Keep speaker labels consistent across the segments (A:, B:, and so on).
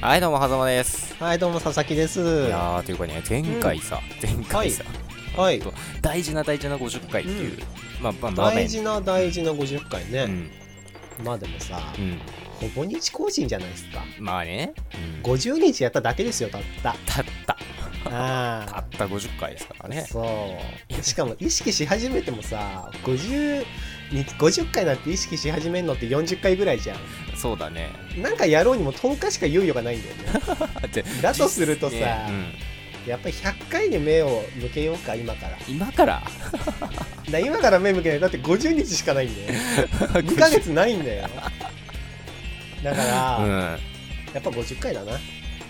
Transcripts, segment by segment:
A: はいどうも狭間です
B: はい、どうも佐々木です。
A: いやーというかね前回さ、前回さ、
B: はい
A: ちょ。っと大事な大事な50回っていう、まあまあ場面
B: 大事な大事な50回
A: う
B: ね。
A: ん、
B: まあでもさ、
A: うん、
B: ほぼ日更新じゃないですか。
A: まあね、うん、
B: 50日やっただけですよ、たった。
A: たったた
B: あ
A: った50回ですから
B: あ、
A: ね
B: そう。しかも意識し始めてもさ、50日、50回なんて意識し始めるのって40回ぐらいじゃん。
A: そうだね
B: なんかやろうにも10日しか猶予がないんだよ ね。
A: じゃ
B: だとするとさ
A: 実ね
B: やっぱり100回に目を向けようか、今から。
A: うん、今から
B: だ今から目向けない。だって50日しかないんだよ。2ヶ月ないんだよ。だから、
A: うん
B: やっぱ50回だな。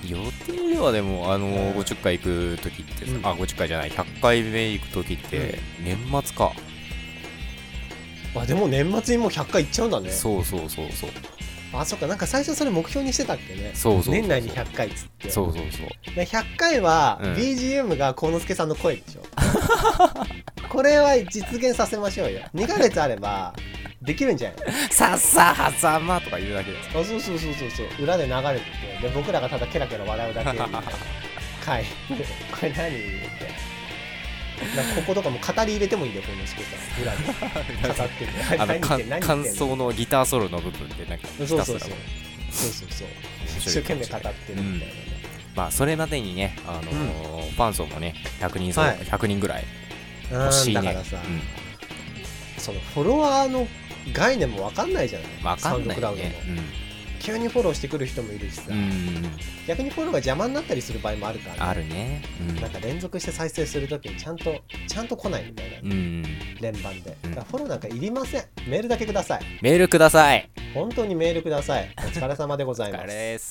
A: 予定ではでもあのー
B: うん
A: 50回行く時ってさ、
B: うん
A: あ50回じゃない100回目行く時って年末か、
B: あでも年末にもう100回いっちゃうんだね
A: そうそうそうそう
B: あそっかなんか最初それ目標にしてたっけね
A: そうそうそう
B: 年内に100回っつって
A: そうそうそう
B: で100回は
A: うん
B: BGM が幸之助さんの声でしょこれは実現させましょうよ2ヶ月あればできるんじゃない
A: さっさはざまとか言うだけです
B: あそうそうそうそうそう裏で流れててで僕らがただケラケラ笑 うだけみたいな回これ何ってなんかこことかも語り入れてもいいんだよ幸之助さん裏 で語ってて
A: あの
B: 何言っ
A: か
B: てん何言って
A: 感
B: ん
A: 想のギターソロの部分でなんか
B: そう
A: ひ
B: そう
A: た
B: そ
A: す
B: う
A: ら
B: そうそうそう
A: 面白
B: 一生
A: いか
B: 懸
A: も
B: 命
A: し
B: 語
A: れ
B: って
A: ない
B: るみたいなね、
A: まあそれまでにねあのーファン層もね100人そろ
B: はい
A: 100人ぐらい
B: うん
A: 欲しいね
B: だからさ、
A: う
B: そのフォロワーの概念も分かんないじゃない
A: んわかんな
B: サウンドクラウ
A: い
B: ド
A: ね
B: の急にフォローしてくる人もいるしさ、
A: うんうん
B: 逆にフォローが邪魔になったりする場合もあるから、
A: あるね
B: なんか連続して再生するときにちゃんとちゃんと来ないみたいな、
A: うんうん
B: 連番で、
A: うん
B: だからフォローなんかいりませんメールだけください
A: メールください
B: 本当にメールくださいお疲れ様でござ
A: お
B: い
A: 疲
B: ま
A: れ
B: す
A: です